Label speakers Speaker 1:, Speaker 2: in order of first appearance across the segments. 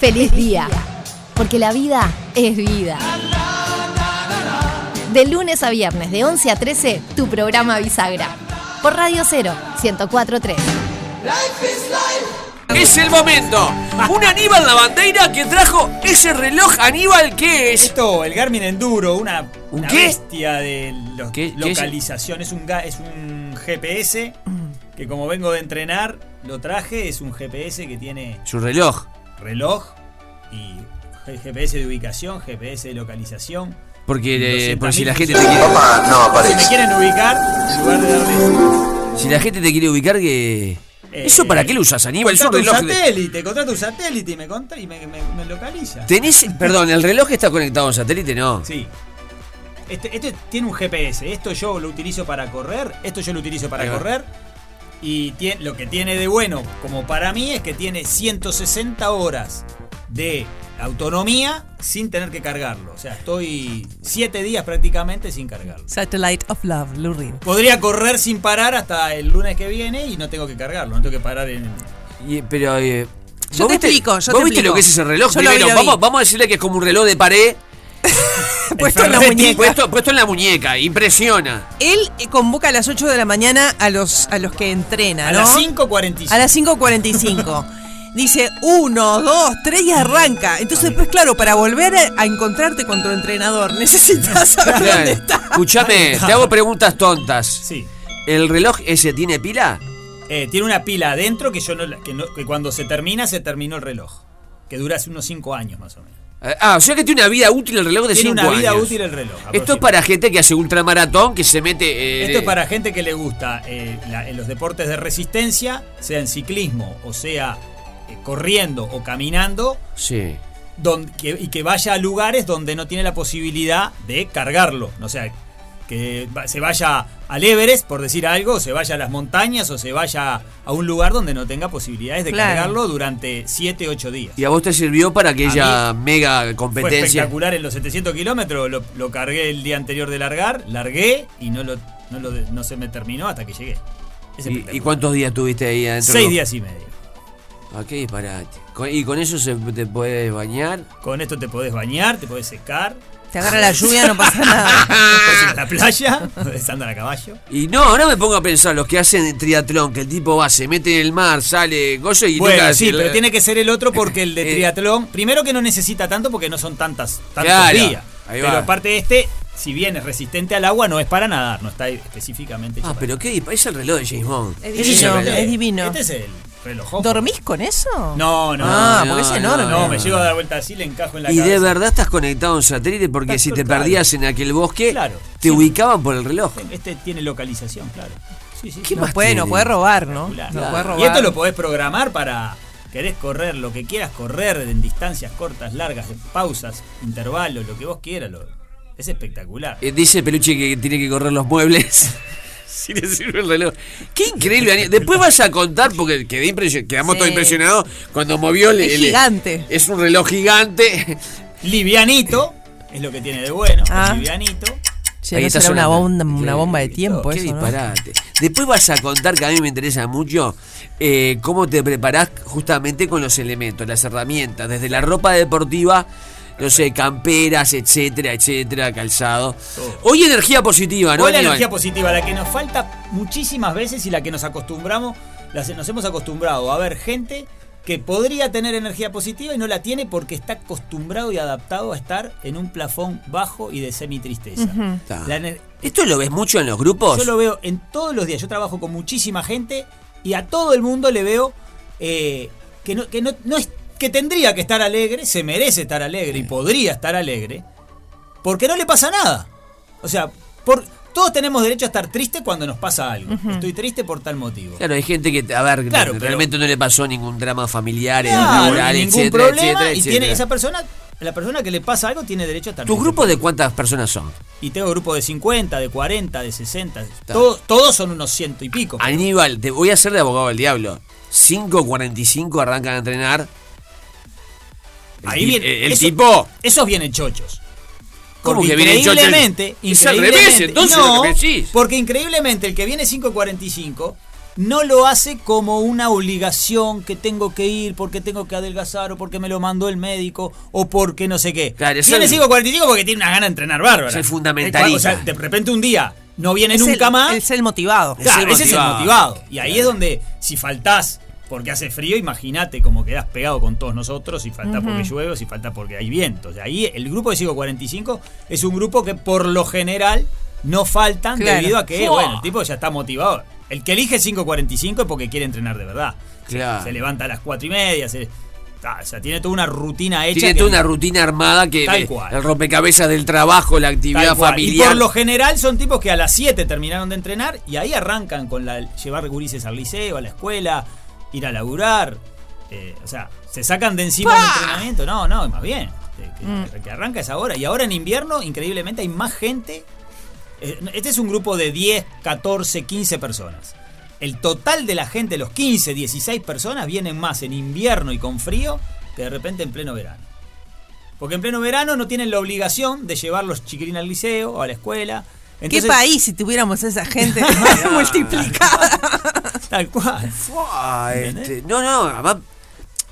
Speaker 1: Feliz día, porque la vida es vida. De lunes a viernes, de 11 a 13, tu programa Bisagra. Por Radio 0, 1043.
Speaker 2: Es el momento. Un Aníbal la bandera que trajo ese reloj Aníbal que es.
Speaker 3: Esto, el Garmin Enduro, una, una
Speaker 2: qué?
Speaker 3: bestia de lo-
Speaker 2: ¿Qué- qué es?
Speaker 3: localización. es? un, ga- es un GPS que, como vengo de entrenar, lo traje. Es un GPS que tiene
Speaker 2: Su reloj.
Speaker 3: reloj y GPS de ubicación, GPS de localización.
Speaker 2: Porque, eh,
Speaker 3: 200.000
Speaker 2: porque si la gente te quiere.
Speaker 4: no
Speaker 3: Si me quieren ubicar, en lugar de darles.
Speaker 2: Si la gente te quiere ubicar que. ¿Eso
Speaker 3: eh,
Speaker 2: para qué lo usas, Aníbal? Es un
Speaker 3: contrato un
Speaker 2: reloj. de-
Speaker 3: satélite, contrato un satélite y me, contra- y me, me- me localiza.
Speaker 2: Tenés. Perdón, el reloj está conectado a un satélite, no.
Speaker 3: Sí. Este, este tiene un GPS. Esto yo lo utilizo para correr. Esto yo lo utilizo para
Speaker 2: Ahí va.
Speaker 3: correr. Y tie- lo que tiene de bueno, como para mí, es que tiene 160 horas de autonomía sin tener que cargarlo. O sea, estoy 7 días prácticamente sin cargarlo.
Speaker 5: Satellite of Love, Lou Reed.
Speaker 3: Podría correr sin parar hasta el lunes que viene y no tengo que cargarlo. No tengo que parar en.
Speaker 2: Y- pero. eh,
Speaker 5: Yo
Speaker 2: ¿vos
Speaker 5: te
Speaker 2: viste-
Speaker 5: explico, yo
Speaker 2: ¿Vos
Speaker 5: te
Speaker 2: viste
Speaker 5: explico.
Speaker 2: lo que es ese reloj?
Speaker 5: Yo lo vi,
Speaker 2: Primero,
Speaker 5: lo vi.
Speaker 2: vamos, vamos a decirle que es como un reloj de pared.
Speaker 5: Puesto en la
Speaker 3: Ferretti.
Speaker 5: muñeca.
Speaker 2: Puesto, puesto en la muñeca, impresiona.
Speaker 5: Él eh, convoca a las 8 de la mañana a los, a los que entrena,
Speaker 3: A
Speaker 5: ¿no?
Speaker 3: las 5.45.
Speaker 5: A las 5.45. Dice 1, 2, 3 y arranca. Entonces, pues claro, para volver a, a encontrarte con tu entrenador, necesitas saber dónde está.
Speaker 2: Escúchame, te hago preguntas tontas.
Speaker 3: Sí.
Speaker 2: ¿El reloj ese tiene pila?
Speaker 3: Eh, tiene una pila adentro que yo no, la- que no- que cuando se termina, se terminó el reloj. Que dura hace unos 5 años más o menos.
Speaker 2: Eh, Ah, o sea que tiene una vida útil el reloj de
Speaker 3: Tiene
Speaker 2: 5
Speaker 3: una
Speaker 2: años.
Speaker 3: vida útil el reloj.
Speaker 2: Esto es
Speaker 3: aproximadamente.
Speaker 2: para gente que hace ultramaratón, que se mete. eh,
Speaker 3: Esto es para gente que le gusta eh, la- en los deportes de resistencia, sea en ciclismo, o sea eh, corriendo o caminando,
Speaker 2: Sí.
Speaker 3: don- que- y que vaya a lugares donde no tiene la posibilidad de cargarlo. O sea, que va- se vaya al Everest, por decir algo, o se vaya a las montañas, o se vaya a un lugar donde no tenga posibilidades de
Speaker 5: Claro.
Speaker 3: cargarlo durante 7, 8 días.
Speaker 2: Y a vos te sirvió para aquella mega
Speaker 3: Fue
Speaker 2: competencia.
Speaker 3: espectacular en los 700 kilómetros, lo, lo cargué el día anterior de largar, largué y no, lo, no, lo- no se me terminó hasta que llegué. Es espectacular.
Speaker 2: ¿Y, y cuántos días tuviste ahí adentro?
Speaker 3: Seis días y medio.
Speaker 2: Ah, qué disparate. Con- ¿Y con eso se, te puedes bañar?
Speaker 3: Con esto te podés bañar, te podés secar,
Speaker 5: Te agarra la lluvia, no pasa nada.
Speaker 3: podés ir a la playa, podés andar a caballo.
Speaker 2: Y no, ahora me pongo a pensar, los que hacen triatlón, que el tipo va, se mete en el mar, sale, gozo y
Speaker 3: bueno,
Speaker 2: nunca...
Speaker 3: sí, pero tiene que ser el otro porque el de
Speaker 2: Eh.
Speaker 3: triatlón, primero que no necesita tanto porque no son tantas, tantos
Speaker 2: Claro,
Speaker 3: días.
Speaker 2: ahí
Speaker 3: Pero
Speaker 2: va.
Speaker 3: aparte este, si bien es resistente al agua, no es para nadar, no está específicamente hecho
Speaker 2: Ah,
Speaker 3: para-
Speaker 2: pero qué disparate, es el reloj de James Bond.
Speaker 5: Es
Speaker 2: Ese el
Speaker 5: divino,
Speaker 2: reloj.
Speaker 5: es divino.
Speaker 3: Este es el reloj.
Speaker 5: ¿Dormís con eso?
Speaker 3: No, no.
Speaker 5: Ah,
Speaker 2: No,
Speaker 5: porque es
Speaker 2: no,
Speaker 5: enorme.
Speaker 3: No, me llego a dar vuelta así, le encajo en la
Speaker 2: Y
Speaker 3: cabeza.
Speaker 2: de verdad estás conectado a un satélite porque
Speaker 3: Estás
Speaker 2: si te
Speaker 3: total.
Speaker 2: perdías en aquel bosque,
Speaker 3: Claro.
Speaker 2: te
Speaker 3: Sí.
Speaker 2: ubicaban por el reloj.
Speaker 3: Este tiene localización, claro. Sí, sí.
Speaker 2: ¿Qué
Speaker 3: sí.
Speaker 2: más
Speaker 5: Nos puede, nos
Speaker 2: tiene?
Speaker 5: puede robar, ¿no?
Speaker 3: Espectacular.
Speaker 5: Nos puede robar.
Speaker 3: Y esto lo podés programar para. Querés correr lo que quieras correr en distancias cortas, largas, en pausas, intervalos, lo que vos quieras. lo- es espectacular.
Speaker 2: Eh, dice Peluche que tiene que correr los muebles. Si le sirve el reloj. Qué increíble, Daniel. Después vas a contar, porque quedé impresio- quedamos
Speaker 5: Sí.
Speaker 2: todos impresionados cuando movió el,
Speaker 5: Es
Speaker 2: el-
Speaker 5: gigante.
Speaker 2: Es un reloj gigante.
Speaker 3: Livianito es lo que tiene de bueno. es
Speaker 5: Ah.
Speaker 3: Livianito.
Speaker 5: Che,
Speaker 2: Ahí
Speaker 5: ¿no
Speaker 2: está
Speaker 5: será una
Speaker 2: sonando.
Speaker 5: bomba, una bomba de tiempo
Speaker 2: Qué
Speaker 5: eso, ¿no?
Speaker 2: disparate. Después vas a contar, que a mí me interesa mucho, eh, cómo te preparás justamente con los elementos, las herramientas, desde la ropa deportiva, no sé, camperas, etcétera, etcétera, calzado.
Speaker 3: Todo.
Speaker 2: Hoy energía positiva, ¿no?
Speaker 3: Oh. Hoy la
Speaker 2: Aníbal?
Speaker 3: energía positiva, la que nos falta muchísimas veces y la que nos acostumbramos, las, nos hemos acostumbrado a ver gente que podría tener energía positiva y no la tiene porque está acostumbrado y adaptado a estar en un plafón bajo y de semi-tristeza.
Speaker 2: Está.
Speaker 3: La ener-
Speaker 2: ¿Esto lo ves mucho en los grupos?
Speaker 3: Yo lo veo en todos los días, yo trabajo con muchísima gente y a todo el mundo le veo eh, que, no, que, no, no es, que tendría que estar alegre, se merece estar alegre y podría estar alegre, porque no le pasa nada. O sea, por, todos tenemos derecho a estar triste cuando nos pasa algo. Estoy triste por tal motivo.
Speaker 2: Claro, hay gente que, a ver,
Speaker 3: Claro,
Speaker 2: re-
Speaker 3: pero-
Speaker 2: realmente no le pasó ningún drama familiar,
Speaker 3: Claro,
Speaker 2: laboral,
Speaker 3: ningún
Speaker 2: etcétera,
Speaker 3: problema
Speaker 2: etcétera,
Speaker 3: y
Speaker 2: etcétera.
Speaker 3: tiene esa persona, la persona que le pasa algo tiene derecho a estar
Speaker 2: ¿Tus
Speaker 3: triste.
Speaker 2: grupos de cuántas personas son?
Speaker 3: Y tengo grupos de 50, de 40, de 60. Todos, todos son unos ciento y pico.
Speaker 2: Aníbal, te voy a hacer de abogado del diablo. 5.45 arrancan a entrenar. El
Speaker 3: Ahí
Speaker 2: ti-
Speaker 3: viene.
Speaker 2: eh, El,
Speaker 3: eso-
Speaker 2: tipo.
Speaker 3: Esos vienen chochos.
Speaker 2: ¿Cómo
Speaker 3: Porque
Speaker 2: que vienen chochos?
Speaker 3: Increíblemente,
Speaker 2: Es al
Speaker 3: increíblemente-
Speaker 2: revés, entonces,
Speaker 3: no,
Speaker 2: lo que me decís.
Speaker 3: Porque increíblemente el que viene 5.45 no lo hace como una obligación que tengo que ir porque tengo que adelgazar o porque me lo mandó el médico o porque no sé qué.
Speaker 2: Claro, es
Speaker 3: tiene
Speaker 2: el-
Speaker 3: 5.45 porque tiene una gana de entrenar bárbara.
Speaker 2: Es el fundamentalista.
Speaker 3: O sea, de repente un día no viene
Speaker 5: Es
Speaker 3: nunca
Speaker 5: el-
Speaker 3: más.
Speaker 5: Es el motivado.
Speaker 2: Es
Speaker 3: Claro,
Speaker 2: el
Speaker 3: ese es el
Speaker 2: motivado.
Speaker 3: motivado. Y ahí es donde, si faltás porque hace frío, imagínate cómo quedás pegado con todos nosotros, si faltás porque llueve, o si faltás porque hay vientos. ahí el grupo de Sigo 45 es un grupo que por lo general no faltan
Speaker 5: Claro.
Speaker 3: debido a que,
Speaker 5: ¡Fua!
Speaker 3: bueno, el tipo ya está motivado. El que elige 5.45 es porque quiere entrenar de verdad.
Speaker 2: Claro.
Speaker 3: Se levanta a las 4 y media, se, ah, o sea, tiene toda una rutina hecha.
Speaker 2: Tiene
Speaker 3: que-
Speaker 2: toda una rutina armada que
Speaker 3: Tal
Speaker 2: eh,
Speaker 3: cual.
Speaker 2: el rompecabezas del trabajo, la
Speaker 3: Tal
Speaker 2: actividad
Speaker 3: cual. Y
Speaker 2: familiar.
Speaker 3: por lo general son tipos que a las 7 terminaron de entrenar y ahí arrancan con la llevar gurises al liceo, a la escuela, ir a laburar. Eh, o sea, se sacan de encima el entrenamiento. No, no, más bien. Este, que- Que arranca es ahora. Y ahora en invierno, increíblemente, hay más gente. Eh, Este es un grupo de 10, 14, 15 personas. El total de la gente, los 15, 16 personas, vienen más en invierno y con frío que de repente en pleno verano. Porque en pleno verano no tienen la obligación de llevar los chiquilines al liceo o a la escuela.
Speaker 5: ¿Qué
Speaker 3: Entonces,
Speaker 5: país si tuviéramos esa gente multiplicada?
Speaker 3: Tal cual.
Speaker 2: Fua,
Speaker 3: ¿Entendés?
Speaker 2: este, no, no, además,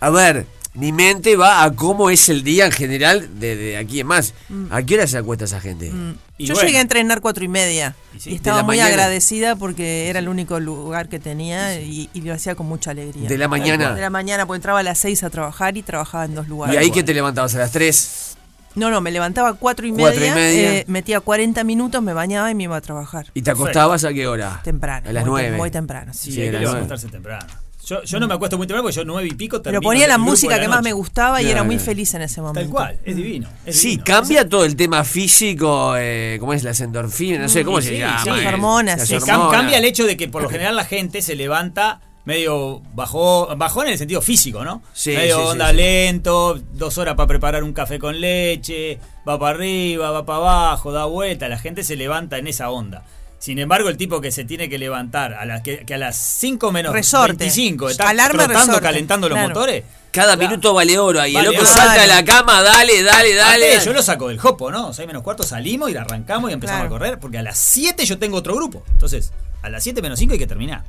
Speaker 2: a ver, mi mente va a cómo es el día en general de, de aquí en más.
Speaker 3: Mm.
Speaker 2: ¿A qué hora se acuesta esa gente?
Speaker 3: Y
Speaker 5: Yo
Speaker 3: bueno,
Speaker 5: llegué a entrenar cuatro y media
Speaker 3: Y
Speaker 5: y,
Speaker 3: sí,
Speaker 2: de
Speaker 5: estaba
Speaker 2: la
Speaker 5: muy
Speaker 2: mañana.
Speaker 5: agradecida porque era el único lugar que tenía y, y lo hacía con mucha alegría.
Speaker 2: De la mañana.
Speaker 5: De la mañana, porque entraba a las seis a trabajar y trabajaba en dos lugares.
Speaker 2: ¿Y ahí que te levantabas a las 3?
Speaker 5: No, no, me levantaba a cuatro y media,
Speaker 2: Cuatro y media.
Speaker 5: eh, metía 40 minutos, me bañaba y me iba a trabajar.
Speaker 2: ¿Y te acostabas a qué hora?
Speaker 5: Temprano.
Speaker 2: A las
Speaker 5: muy tem-
Speaker 2: 9.
Speaker 5: Muy temprano, sí.
Speaker 3: sí,
Speaker 2: Sí,
Speaker 3: hay
Speaker 2: era
Speaker 3: que
Speaker 2: nueve.
Speaker 3: levantarse temprano. Yo, yo no me acuesto muy temprano porque yo nueve y pico
Speaker 5: Pero
Speaker 3: termino
Speaker 5: ponía
Speaker 3: el
Speaker 5: la
Speaker 3: grupo
Speaker 5: música
Speaker 3: de la
Speaker 5: que más me
Speaker 3: noche.
Speaker 5: gustaba y era
Speaker 2: Claro.
Speaker 5: muy feliz en ese momento.
Speaker 3: Tal cual, es divino. es
Speaker 2: Sí,
Speaker 3: divino.
Speaker 2: cambia todo el tema físico, eh, ¿cómo es? Las endorfinas, no sé, ¿cómo
Speaker 3: Sí,
Speaker 2: se
Speaker 3: Mm, sí,
Speaker 2: llama?
Speaker 3: sí.
Speaker 2: Eh,
Speaker 5: Las hormonas,
Speaker 2: las
Speaker 5: sí.
Speaker 3: Cam-
Speaker 2: hormonas.
Speaker 3: cambia el hecho de que por lo general la gente se levanta medio bajó, bajón en el sentido físico, ¿no?
Speaker 2: Sí,
Speaker 3: medio
Speaker 2: sí, sí,
Speaker 3: onda
Speaker 2: sí.
Speaker 3: lento, dos horas para preparar un café con leche, va para arriba, va para abajo, da vuelta, la gente se levanta en esa onda. Sin embargo, el tipo que se tiene que levantar a las que, que a las 5 menos
Speaker 5: Resorte.
Speaker 3: 25 está
Speaker 5: Alarma,
Speaker 3: trotando,
Speaker 5: resorte.
Speaker 3: calentando los
Speaker 5: Claro.
Speaker 3: motores.
Speaker 2: Cada
Speaker 3: Claro.
Speaker 2: minuto vale oro ahí.
Speaker 3: Vale
Speaker 2: el loco
Speaker 3: oro.
Speaker 2: salta de la cama, dale, dale, dale.
Speaker 3: Aparte, yo lo saco del jopo, ¿no? 6 menos cuarto salimos y arrancamos y empezamos
Speaker 5: Claro.
Speaker 3: a correr, porque a las 7 yo tengo otro grupo. Entonces, a las 7 menos 5 hay que terminar.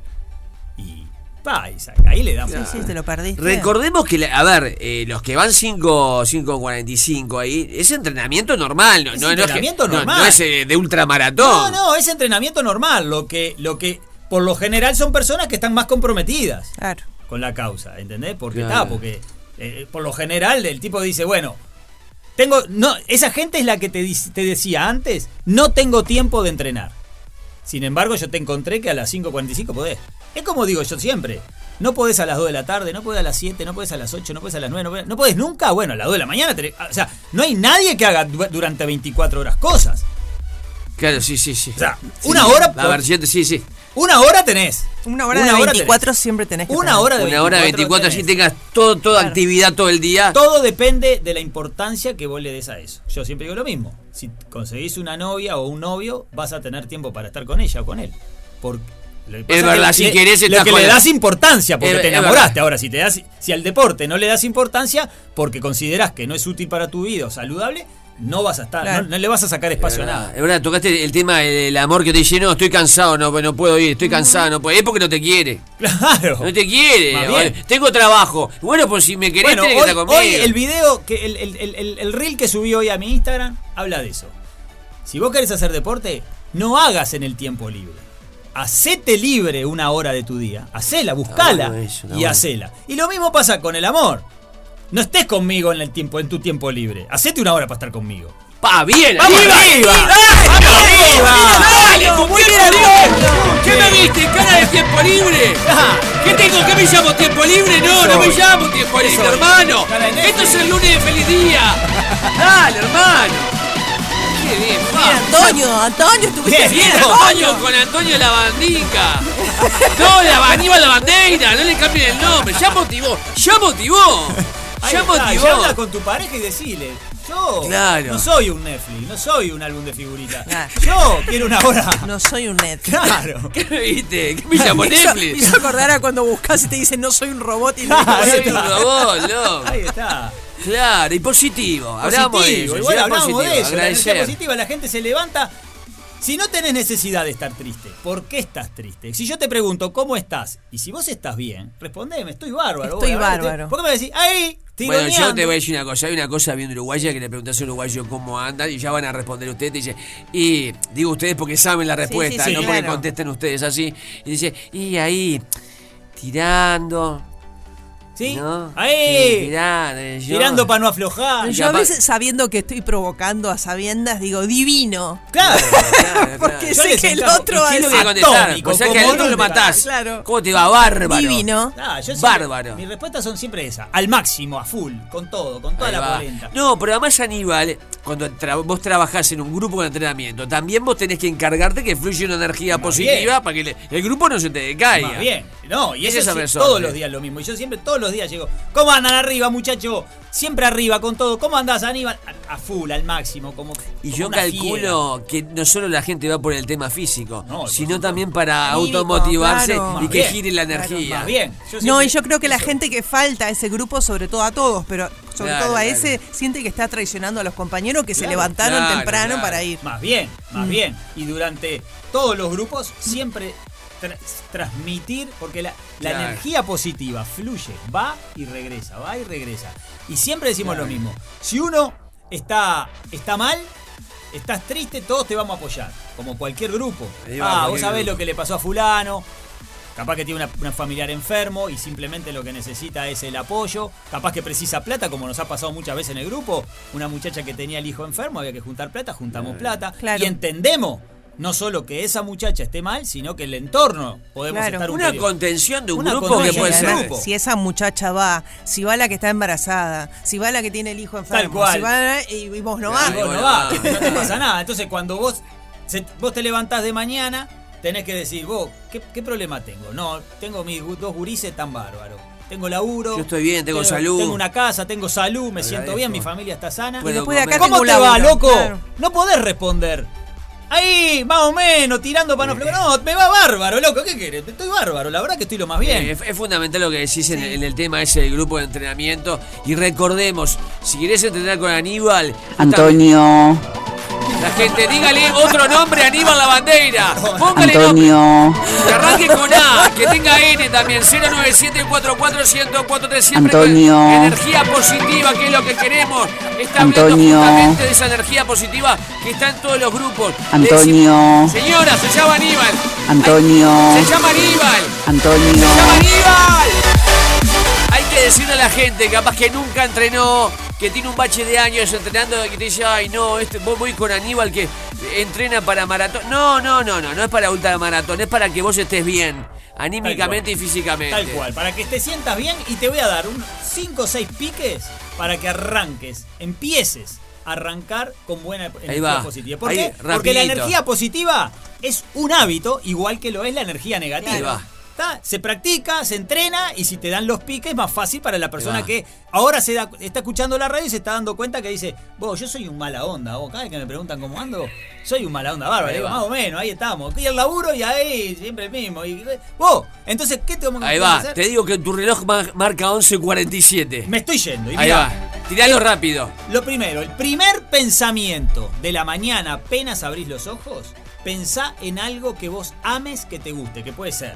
Speaker 3: Y, pa, y sa- ahí le damos.
Speaker 5: Sí, sí, te lo perdiste.
Speaker 2: Recordemos que, la- a ver, eh, los que van 5, 45 ahí, es entrenamiento normal, no,
Speaker 3: Es
Speaker 2: no, no es que-
Speaker 3: entrenamiento
Speaker 2: no- no
Speaker 3: normal.
Speaker 2: es eh, de ultramaratón.
Speaker 3: No, no, es entrenamiento normal. Lo que, lo que por lo general son personas que están más comprometidas
Speaker 5: Claro.
Speaker 3: con la causa, ¿entendés? Porque
Speaker 2: Claro.
Speaker 3: está, porque eh, por lo general el tipo dice, bueno, tengo. No, esa gente es la que te, dis- te decía antes, no tengo tiempo de entrenar. Sin embargo, yo te encontré que a las 5.45 podés. Es como digo yo siempre. No podés a las 2 de la tarde, no podés a las 7, no podés a las 8, no podés a las 9, no podés, no podés nunca. Bueno, a las 2 de la mañana. tenés- o sea, no hay nadie que haga du- durante 24 horas cosas.
Speaker 2: Claro, sí, sí, sí.
Speaker 3: O sea,
Speaker 2: Sí,
Speaker 3: una
Speaker 2: sí.
Speaker 3: hora
Speaker 2: La
Speaker 3: por-
Speaker 2: versión, sí, sí.
Speaker 3: Una hora tenés.
Speaker 5: Una hora de 24 siempre tenés que
Speaker 3: Una
Speaker 5: tener.
Speaker 3: hora de
Speaker 2: Una hora de 24, así
Speaker 3: tenés.
Speaker 2: tengas todo, toda
Speaker 5: Claro.
Speaker 2: actividad todo el día.
Speaker 3: Todo depende de la importancia que vos le des a eso. Yo siempre digo lo mismo. Si conseguís una novia o un novio, vas a tener tiempo para estar con ella o con él. Porque lo que pasa
Speaker 2: Es
Speaker 3: que
Speaker 2: verdad,
Speaker 3: le-
Speaker 2: si
Speaker 3: le-
Speaker 2: querés
Speaker 3: lo
Speaker 2: estás
Speaker 3: que
Speaker 2: con
Speaker 3: le
Speaker 2: la-
Speaker 3: das importancia porque
Speaker 2: Es-
Speaker 3: te
Speaker 2: es
Speaker 3: enamoraste.
Speaker 2: verdad.
Speaker 3: Ahora, si te das, si al deporte no le das importancia porque consideras que no es útil para tu vida o saludable, no vas a estar,
Speaker 5: Claro.
Speaker 3: no, no le vas a sacar
Speaker 2: Es
Speaker 3: espacio a
Speaker 2: verdad,
Speaker 3: nada.
Speaker 2: es verdad, tocaste el tema del amor que te dice, no, estoy cansado, no, no puedo ir,
Speaker 3: Mm.
Speaker 2: estoy cansado, no puedo ir. Es porque no te quiere.
Speaker 3: Claro.
Speaker 2: No te quiere.
Speaker 3: Más bien.
Speaker 2: Bueno, Tengo trabajo. Bueno, pues si me querés,
Speaker 3: Bueno,
Speaker 2: tenés que
Speaker 3: hoy,
Speaker 2: estar conmigo.
Speaker 3: hoy el video, que el, el- el- el- el reel que subí hoy a mi Instagram habla de eso. Si vos querés hacer deporte, no hagas en el tiempo libre. Hacete libre una hora de tu día. Hacela, buscala
Speaker 2: bueno eso, está
Speaker 3: y
Speaker 2: bueno.
Speaker 3: hacela. Y lo mismo pasa con el amor. No estés conmigo en el tiempo, en tu tiempo libre. Hacete una hora para estar conmigo.
Speaker 2: ¡Pa, bien!
Speaker 3: ¡Vamos
Speaker 2: arriba!
Speaker 3: arriba!
Speaker 2: ¡Vamos arriba!
Speaker 5: ¡Dale,
Speaker 2: ¡Dale,
Speaker 5: muy
Speaker 2: tiempo
Speaker 5: bien,
Speaker 2: libre!
Speaker 5: Alberto!
Speaker 2: ¿Qué me diste? ¿Cara de tiempo libre?
Speaker 3: Ah,
Speaker 2: ¿Qué tengo? ¿Qué me llamo tiempo libre? No, no me
Speaker 3: Soy.
Speaker 2: llamo tiempo libre,
Speaker 3: Soy.
Speaker 2: hermano.
Speaker 3: Cara de Netflix.
Speaker 2: Esto es el lunes de feliz día. Dale, hermano. Qué bien,
Speaker 5: Bien,
Speaker 2: pa.
Speaker 5: Antonio, Antonio, estuviste
Speaker 3: Bien,
Speaker 2: Bien,
Speaker 5: bien,
Speaker 2: Antonio con Antonio la bandica. No, la Aníbal la bandera, no le cambien el nombre. Ya motivó, ya motivó.
Speaker 3: ahí
Speaker 2: Ya
Speaker 3: está, ya habla
Speaker 2: motivó.
Speaker 3: con tu pareja y decile. Yo
Speaker 2: Claro.
Speaker 3: no soy un Netflix, no soy un álbum de figuritas.
Speaker 5: Claro.
Speaker 3: Yo quiero una hora.
Speaker 5: No soy un net.
Speaker 3: Claro.
Speaker 2: ¿Qué me viste? ¿Qué me llamó
Speaker 5: Me hizo, me
Speaker 2: Netflix?
Speaker 5: hizo acordar a cuando buscas y te dicen no soy un robot y no
Speaker 3: Claro.
Speaker 2: Soy
Speaker 5: soy
Speaker 2: un robot, loco.
Speaker 3: Ahí está.
Speaker 2: Claro, y positivo. Hablamos de
Speaker 3: positivo,
Speaker 2: eso.
Speaker 3: igual
Speaker 2: será
Speaker 3: hablamos de
Speaker 2: positivo,
Speaker 3: eso. La energía
Speaker 2: agradecer.
Speaker 3: positiva, la gente se levanta. Si no tenés necesidad de estar triste, ¿por qué estás triste? Si yo te pregunto cómo estás y si vos estás bien, respondeme, estoy bárbaro.
Speaker 5: Estoy
Speaker 3: vos, la verdad,
Speaker 5: bárbaro.
Speaker 3: ¿Por qué me decís, ahí,
Speaker 2: Bueno, yo te voy a
Speaker 3: tironeando"?
Speaker 2: decir una cosa. Hay una cosa bien uruguaya que le preguntás a un uruguayo cómo andan y ya van a responder ustedes. Y dice, y digo ustedes porque saben la respuesta,
Speaker 5: sí,
Speaker 2: no
Speaker 5: claro.
Speaker 2: porque contesten ustedes así. Y dice, y ahí, tirando.
Speaker 3: ¿Sí?
Speaker 2: ¿no? Sí,
Speaker 3: Ahí,
Speaker 2: tirando, eh, yo-
Speaker 3: tirando para no aflojar.
Speaker 2: Y
Speaker 5: Yo a
Speaker 2: capaz-
Speaker 5: veces sabiendo que estoy provocando a sabiendas, digo, divino.
Speaker 3: Claro.
Speaker 2: Claro,
Speaker 5: Porque
Speaker 2: claro.
Speaker 3: Yo
Speaker 5: sé
Speaker 3: les
Speaker 5: que el
Speaker 3: encargo,
Speaker 5: otro
Speaker 3: ¿y
Speaker 2: ¿Qué
Speaker 5: va a
Speaker 2: es lo que
Speaker 5: decir,
Speaker 2: voy a contestar?
Speaker 3: atómico,
Speaker 2: o sea que
Speaker 3: como
Speaker 2: al otro lo
Speaker 3: nunca.
Speaker 2: matás.
Speaker 5: Claro.
Speaker 2: ¿Cómo te va? Bárbaro.
Speaker 5: divino.
Speaker 3: Ah, yo siempre-
Speaker 2: Bárbaro.
Speaker 3: Mis respuestas son siempre esas, al máximo, a full, con todo, con toda
Speaker 2: Ahí
Speaker 3: la
Speaker 2: va.
Speaker 3: polenta.
Speaker 2: No, pero además Aníbal, cuando tra- vos trabajás en un grupo de entrenamiento, también vos tenés que encargarte que fluya una energía positiva
Speaker 3: bien.
Speaker 2: para que le- el grupo no se te
Speaker 3: Más
Speaker 2: decaiga.
Speaker 3: bien. No, y
Speaker 2: Es
Speaker 3: eso
Speaker 2: esa
Speaker 3: sí,
Speaker 2: persona,
Speaker 3: todos
Speaker 2: eh.
Speaker 3: los días lo mismo. Y yo siempre, todos los días llego. ¿Cómo andan arriba, muchacho? Siempre arriba con todo. ¿Cómo andás, Aníbal? A, a full, al máximo, como.
Speaker 2: Y
Speaker 3: como
Speaker 2: yo
Speaker 3: una
Speaker 2: calculo que no solo la gente va por el tema físico,
Speaker 3: No, por
Speaker 2: sino
Speaker 3: supuesto.
Speaker 2: también para
Speaker 5: Anímico,
Speaker 2: automotivarse
Speaker 5: claro.
Speaker 2: y
Speaker 3: Más
Speaker 2: que
Speaker 3: bien.
Speaker 2: gire la
Speaker 5: Claro,
Speaker 2: energía.
Speaker 3: fiera. Más bien.
Speaker 5: No,
Speaker 3: siempre-
Speaker 5: y yo creo que la
Speaker 3: eso.
Speaker 5: gente que falta a ese grupo, sobre todo a todos, pero sobre
Speaker 2: Claro,
Speaker 5: todo a
Speaker 2: claro.
Speaker 5: ese, siente que está traicionando a los compañeros que se
Speaker 3: Claro,
Speaker 5: levantaron
Speaker 2: claro,
Speaker 5: temprano
Speaker 2: claro.
Speaker 5: para ir.
Speaker 3: Más bien, más bien. Y durante todos los grupos, siempre tra- transmitir, porque la, la
Speaker 2: Claro.
Speaker 3: energía positiva fluye, va y regresa, va y regresa. Y siempre decimos
Speaker 2: Claro.
Speaker 3: lo mismo. Si uno está, está mal, estás triste, todos te vamos a apoyar, como cualquier grupo.
Speaker 2: Ahí va,
Speaker 3: Ah, vos
Speaker 2: cualquier
Speaker 3: sabés
Speaker 2: grupo.
Speaker 3: lo que le pasó a fulano. Capaz que tiene una, una familiar enfermo y simplemente lo que necesita es el apoyo. Capaz que precisa plata, como nos ha pasado muchas veces en el grupo. Una muchacha que tenía el hijo enfermo, había que juntar plata, juntamos plata.
Speaker 5: Claro.
Speaker 3: Y entendemos no solo que esa muchacha esté mal, sino que el entorno podemos
Speaker 5: Claro.
Speaker 3: estar un
Speaker 2: Una
Speaker 3: periodo.
Speaker 2: contención de un
Speaker 3: Una
Speaker 2: grupo que
Speaker 3: contención
Speaker 2: puede
Speaker 3: de
Speaker 2: ser.
Speaker 3: grupo.
Speaker 5: Si esa muchacha va, si va la que está embarazada, si va la que tiene el hijo enfermo,
Speaker 3: Tal cual.
Speaker 5: si va la- y, y vos no vas.
Speaker 3: Y vos
Speaker 2: Ahí
Speaker 3: no
Speaker 2: va.
Speaker 3: vas, que no te pasa nada. Entonces cuando vos, se- vos te levantás de mañana, tenés que decir, vos, ¿qué, qué problema tengo? No, tengo mis gu- dos gurises tan bárbaros. Tengo laburo.
Speaker 2: Yo estoy bien, tengo salud.
Speaker 3: Tengo una casa, tengo salud, me
Speaker 2: Agradezco.
Speaker 3: siento bien, mi familia está sana.
Speaker 5: Y
Speaker 2: Puedo
Speaker 5: después de acá
Speaker 2: comer.
Speaker 3: ¿Cómo
Speaker 5: tengo
Speaker 3: te
Speaker 5: un
Speaker 3: va,
Speaker 5: laburo,
Speaker 3: loco?
Speaker 5: claro.
Speaker 3: No podés responder. Ahí, más o menos, tirando para no flojo. No, me va bárbaro, loco. ¿Qué querés? Estoy bárbaro, la verdad que estoy lo más bien.
Speaker 2: Eh, es, es fundamental lo que decís en, el- en el tema ese del grupo de entrenamiento. Y recordemos, si querés entrenar con Aníbal,
Speaker 4: Antonio,
Speaker 2: La gente, dígale otro nombre a Aníbal La Bandera. Póngale nombre.
Speaker 4: Antonio,
Speaker 2: Que arranque con A, que tenga N también. 097-44-1043. Siempre con
Speaker 4: Antonio.
Speaker 2: energía positiva, que es lo que queremos. Está
Speaker 4: Antonio.
Speaker 2: hablando justamente de esa energía positiva que está en todos los grupos. Le
Speaker 4: Antonio.
Speaker 2: decimos, Señora, se llama Aníbal.
Speaker 4: Antonio,
Speaker 2: Se llama Aníbal.
Speaker 4: Antonio,
Speaker 2: ¡Se llama Aníbal! Hay que decirle a la gente, capaz que nunca entrenó, que tiene un bache de años entrenando, que te dice, ay no, este, vos voy con Aníbal que entrena para maratón. No, no, no, no, no es para ultramaratón, es para que vos estés bien, anímicamente y
Speaker 3: Tal cual.
Speaker 2: físicamente.
Speaker 3: Tal cual, para que te sientas bien y te voy a dar un 5 o 6 piques para que arranques, empieces a arrancar con buena energía
Speaker 2: va.
Speaker 3: positiva. ¿Por
Speaker 2: Ahí,
Speaker 3: qué? Porque la
Speaker 2: rapidito.
Speaker 3: energía positiva es un hábito, igual que lo es la energía
Speaker 2: Ahí
Speaker 3: negativa.
Speaker 2: va.
Speaker 3: Está, Se practica, se entrena y si te dan los piques es más fácil para la persona
Speaker 2: va.
Speaker 3: que ahora se da- está escuchando la radio y se está dando cuenta que dice, vos, yo soy un mala onda, vos, cada vez que me preguntan cómo ando, soy un mala onda, bárbaro,
Speaker 2: Ahí
Speaker 3: digo,
Speaker 2: va.
Speaker 3: más o menos, ahí estamos. Y el laburo y ahí siempre el mismo. Y, vos, entonces, ¿qué te vamos a
Speaker 2: Ahí
Speaker 3: tenés que
Speaker 2: va,
Speaker 3: hacer?
Speaker 2: te digo que tu reloj ma- marca 11.47.
Speaker 3: Me estoy yendo. Y
Speaker 2: Ahí
Speaker 3: mirá,
Speaker 2: va, tiralo rápido.
Speaker 3: Lo primero, el primer pensamiento de la mañana apenas abrís los ojos, pensá en algo que vos ames que te guste, que puede ser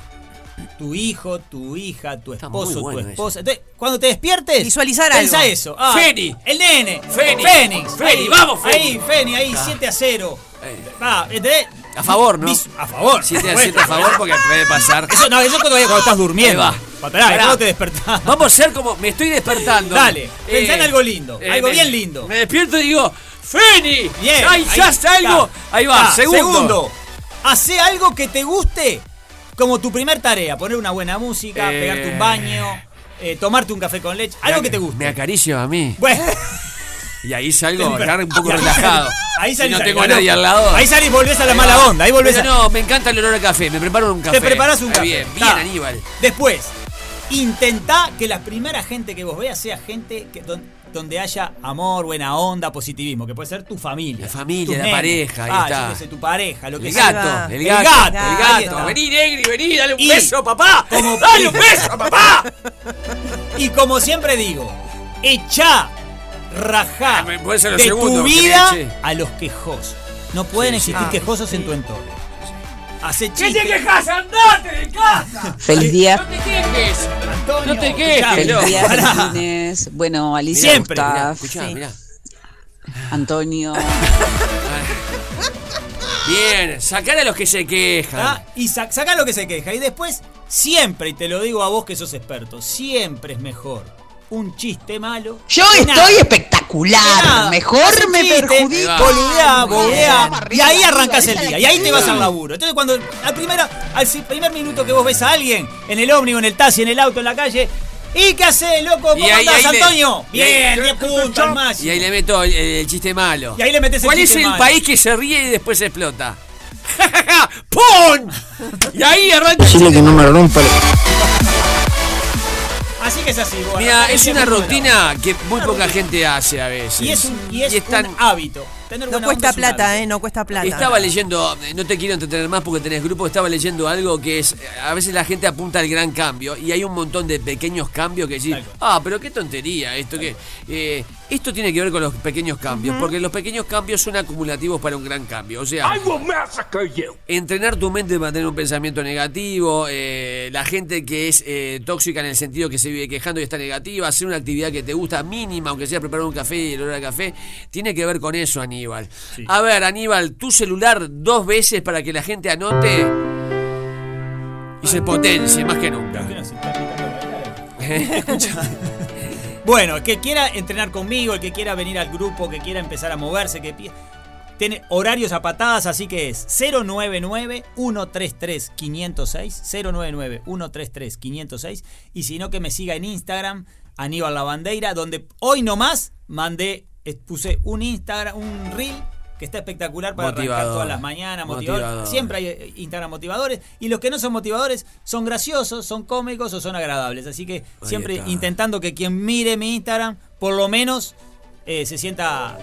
Speaker 3: tu hijo, tu hija, tu
Speaker 2: Está muy
Speaker 3: esposo,
Speaker 2: bueno
Speaker 3: tu esposa. Entonces, cuando te despiertes,
Speaker 5: Visualizar
Speaker 3: pensá
Speaker 5: algo.
Speaker 3: eso. Ah,
Speaker 2: Feni.
Speaker 3: El nene.
Speaker 2: Feni.
Speaker 3: Fénix.
Speaker 2: Feni,
Speaker 3: Ahí,
Speaker 2: vamos, Feni.
Speaker 3: Ahí, Feni, ahí, 7 a 0.
Speaker 2: Ahí.
Speaker 3: Va, ¿entendés?
Speaker 2: A favor, ¿no?
Speaker 3: Vis- A favor.
Speaker 2: Si te
Speaker 3: por
Speaker 2: a
Speaker 3: supuesto.
Speaker 2: favor porque puede pasar.
Speaker 3: Eso no, eso cuando, cuando estás durmiendo.
Speaker 2: Ahí va.
Speaker 3: Pará,
Speaker 2: Pará.
Speaker 3: ¿cómo te despertás?
Speaker 2: Vamos a ser como. Me estoy despertando. Eh,
Speaker 3: Dale, pensá en algo lindo, algo
Speaker 2: me-
Speaker 3: bien lindo.
Speaker 2: Me despierto y digo, ¡Feni!
Speaker 3: Bien. Ah,
Speaker 2: ¡Ay, ya está algo! Ahí va,
Speaker 3: Está.
Speaker 2: segundo.
Speaker 3: Hacé algo que te guste como tu primer tarea. Poner una buena música,
Speaker 2: Eh.
Speaker 3: pegarte un baño, eh, tomarte un café con leche. Algo que te guste.
Speaker 2: Me acaricio a mí.
Speaker 3: Bueno,
Speaker 2: Y ahí salgo
Speaker 3: Temprano.
Speaker 2: acá un poco
Speaker 3: Y ahí
Speaker 2: relajado.
Speaker 3: salís- Ahí
Speaker 2: Si
Speaker 3: salís.
Speaker 2: no
Speaker 3: salís,
Speaker 2: tengo a
Speaker 3: ganó.
Speaker 2: nadie al lado.
Speaker 3: Ahí salís, volvés a la mala
Speaker 2: va.
Speaker 3: onda. Ahí volvés
Speaker 2: Pero
Speaker 3: a.
Speaker 2: No, me encanta el olor a café. Me preparo un café.
Speaker 3: Te preparás un
Speaker 2: Está
Speaker 3: café.
Speaker 2: Bien, bien,
Speaker 3: Está.
Speaker 2: Aníbal.
Speaker 3: Después, intentá que la primera gente que vos veas sea gente que don- donde haya amor, buena onda, positivismo, que puede ser tu familia.
Speaker 2: La familia,
Speaker 3: tus
Speaker 2: la
Speaker 3: nenes.
Speaker 2: pareja, ahí
Speaker 3: Ah,
Speaker 2: está.
Speaker 3: yo qué sé, tu pareja, lo que
Speaker 2: El
Speaker 3: sea.
Speaker 5: va.
Speaker 2: gato, el
Speaker 3: El
Speaker 2: gato,
Speaker 3: gato,
Speaker 2: el
Speaker 5: ahí
Speaker 2: gato.
Speaker 5: está.
Speaker 2: Vení, Negri, vení, dale un
Speaker 3: Y-
Speaker 2: beso, papá.
Speaker 3: Como-
Speaker 2: Dale un beso, papá.
Speaker 3: Y como siempre digo, echá, rajá
Speaker 2: Ah, me- puede ser lo
Speaker 3: de
Speaker 2: segundo
Speaker 3: tu
Speaker 2: que le
Speaker 3: vida
Speaker 2: eché.
Speaker 3: a los quejosos. No pueden
Speaker 2: Sí,
Speaker 3: existir
Speaker 5: sí.
Speaker 3: quejosos en tu entorno. Hace
Speaker 6: ¿Qué te
Speaker 3: chistes.
Speaker 6: quejas? ¡Andate de casa!
Speaker 4: Feliz día.
Speaker 6: ¡No te quejes!
Speaker 3: Antonio,
Speaker 2: No te quejes,
Speaker 3: escuchame.
Speaker 2: loco.
Speaker 4: Feliz día,
Speaker 3: Pará.
Speaker 4: Martínez. Bueno, Alicia
Speaker 3: Siempre,
Speaker 4: Gustav,
Speaker 2: Escuchá,
Speaker 5: Sí.
Speaker 2: mirá.
Speaker 4: Antonio.
Speaker 2: Bien, sacar a los que se quejan.
Speaker 3: Ah, y sa- saca lo que se queja. Y después, siempre, y te lo digo a vos que sos experto, siempre es mejor un chiste malo.
Speaker 7: Yo
Speaker 3: que
Speaker 7: estoy
Speaker 3: nada. Que nada.
Speaker 7: espectacular.
Speaker 3: Hace
Speaker 7: Mejor me
Speaker 3: chiste,
Speaker 7: perjudico.
Speaker 3: Boludeá,
Speaker 7: Muy bien.
Speaker 3: boludeá.
Speaker 7: Vamos
Speaker 3: Y
Speaker 7: arriba,
Speaker 3: ahí
Speaker 7: arriba,
Speaker 3: arrancas el
Speaker 7: esa es
Speaker 3: día.
Speaker 7: la
Speaker 3: Y ahí te vas al
Speaker 7: actitud.
Speaker 3: laburo. Entonces, cuando al, primera, al si- primer minuto que vos ves a alguien, en el ómnibus, en el taxi, en el auto, en la calle. ¿Y qué haces, loco?
Speaker 2: Y
Speaker 3: ¿Cómo
Speaker 2: ahí-
Speaker 3: andás,
Speaker 2: ahí le-
Speaker 3: Antonio?
Speaker 2: y ahí-
Speaker 3: Bien, 10 puntos al máximo.
Speaker 2: Y ahí le meto el, el chiste malo.
Speaker 3: Y ahí le metes el
Speaker 2: ¿Cuál
Speaker 3: chiste
Speaker 2: es el
Speaker 3: malo?
Speaker 2: país que se ríe y después explota? ¡Pum! Y ahí arranca. el chiste.
Speaker 3: Así que es así, vos,
Speaker 2: Mira,
Speaker 3: arrancás
Speaker 2: es
Speaker 3: el
Speaker 2: una
Speaker 3: día muy bueno.
Speaker 2: rutina que muy
Speaker 3: Una
Speaker 2: poca
Speaker 3: rutina.
Speaker 2: gente hace a veces.
Speaker 3: Y es un, y es
Speaker 2: Y están-
Speaker 3: un hábito. Tener
Speaker 5: No
Speaker 3: buena onda
Speaker 5: cuesta
Speaker 3: es un hábito.
Speaker 5: plata, ¿eh? No cuesta plata.
Speaker 2: Estaba leyendo, eh, no te quiero entretener más porque tenés grupo, estaba leyendo algo que es, eh, a veces la gente apunta al gran cambio y hay un montón de pequeños cambios que decís,
Speaker 3: Tal cual.
Speaker 2: ah, pero qué tontería esto que... eh, esto tiene que ver con los pequeños cambios, porque los pequeños cambios son acumulativos para un gran cambio. O sea,
Speaker 6: I will massacre you.
Speaker 2: entrenar tu mente para tener un pensamiento negativo, eh, la gente que es eh, tóxica en el sentido que se vive quejando y está negativa, hacer una actividad que te gusta mínima, aunque sea preparar un café y el olor al café, tiene que ver con eso, Aníbal. A ver, Aníbal, tu celular dos veces para que la gente anote y se potencie más que nunca.
Speaker 3: Que no se está quitando la cara. Escuchá. bueno, el que quiera entrenar conmigo, el que quiera venir al grupo, que quiera empezar a moverse, que pi- tiene horarios a patadas, así que es 099-133-506, 099-133-506, y si no que me siga en Instagram, Aníbal La Bandeira, donde hoy nomás mandé, eh, puse un Instagram, un reel que está espectacular para arrancar
Speaker 2: Motivador.
Speaker 3: todas las mañanas, motivador.
Speaker 2: Motivador.
Speaker 3: Siempre hay eh, Instagram motivadores y los que no son motivadores son graciosos, son cómicos o son agradables. Así que
Speaker 2: Ahí
Speaker 3: siempre
Speaker 2: está.
Speaker 3: intentando que quien mire mi Instagram, por lo menos eh, se sienta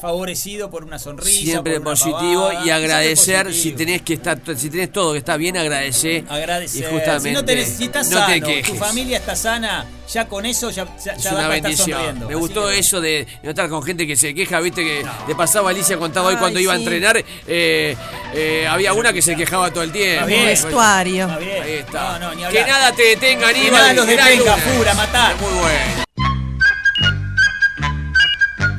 Speaker 3: favorecido por una sonrisa.
Speaker 2: Siempre
Speaker 3: por una
Speaker 2: positivo
Speaker 3: pavada.
Speaker 2: y
Speaker 3: Siempre
Speaker 2: agradecer si
Speaker 3: positivo.
Speaker 2: tenés que estar si tenés todo que está bien agradecer
Speaker 3: Agradecer.
Speaker 2: y justamente
Speaker 3: si no, tenés, si estás
Speaker 2: no te
Speaker 3: sano, tu
Speaker 2: quejes.
Speaker 3: familia está sana, ya con eso ya, ya,
Speaker 2: Es
Speaker 3: ya
Speaker 2: una
Speaker 3: da para estar
Speaker 2: bendición.
Speaker 3: sonriendo.
Speaker 2: Me
Speaker 3: Así
Speaker 2: gustó
Speaker 3: que-
Speaker 2: eso de notar con gente que se queja, viste que le pasaba a Alicia contaba hoy
Speaker 5: Ay,
Speaker 2: cuando iba a
Speaker 5: sí.
Speaker 2: entrenar, eh, eh, había una que se quejaba todo el tiempo.
Speaker 3: Está bien.
Speaker 2: Bueno,
Speaker 5: Vestuario.
Speaker 3: Está bien.
Speaker 2: Ahí está.
Speaker 3: No, no, ni
Speaker 2: que
Speaker 3: hablar.
Speaker 2: nada te detenga,
Speaker 3: Que
Speaker 2: Aníbal.
Speaker 3: nada los
Speaker 2: que nada
Speaker 3: detenga,
Speaker 2: lunes.
Speaker 3: pura, matar.
Speaker 2: Muy bueno.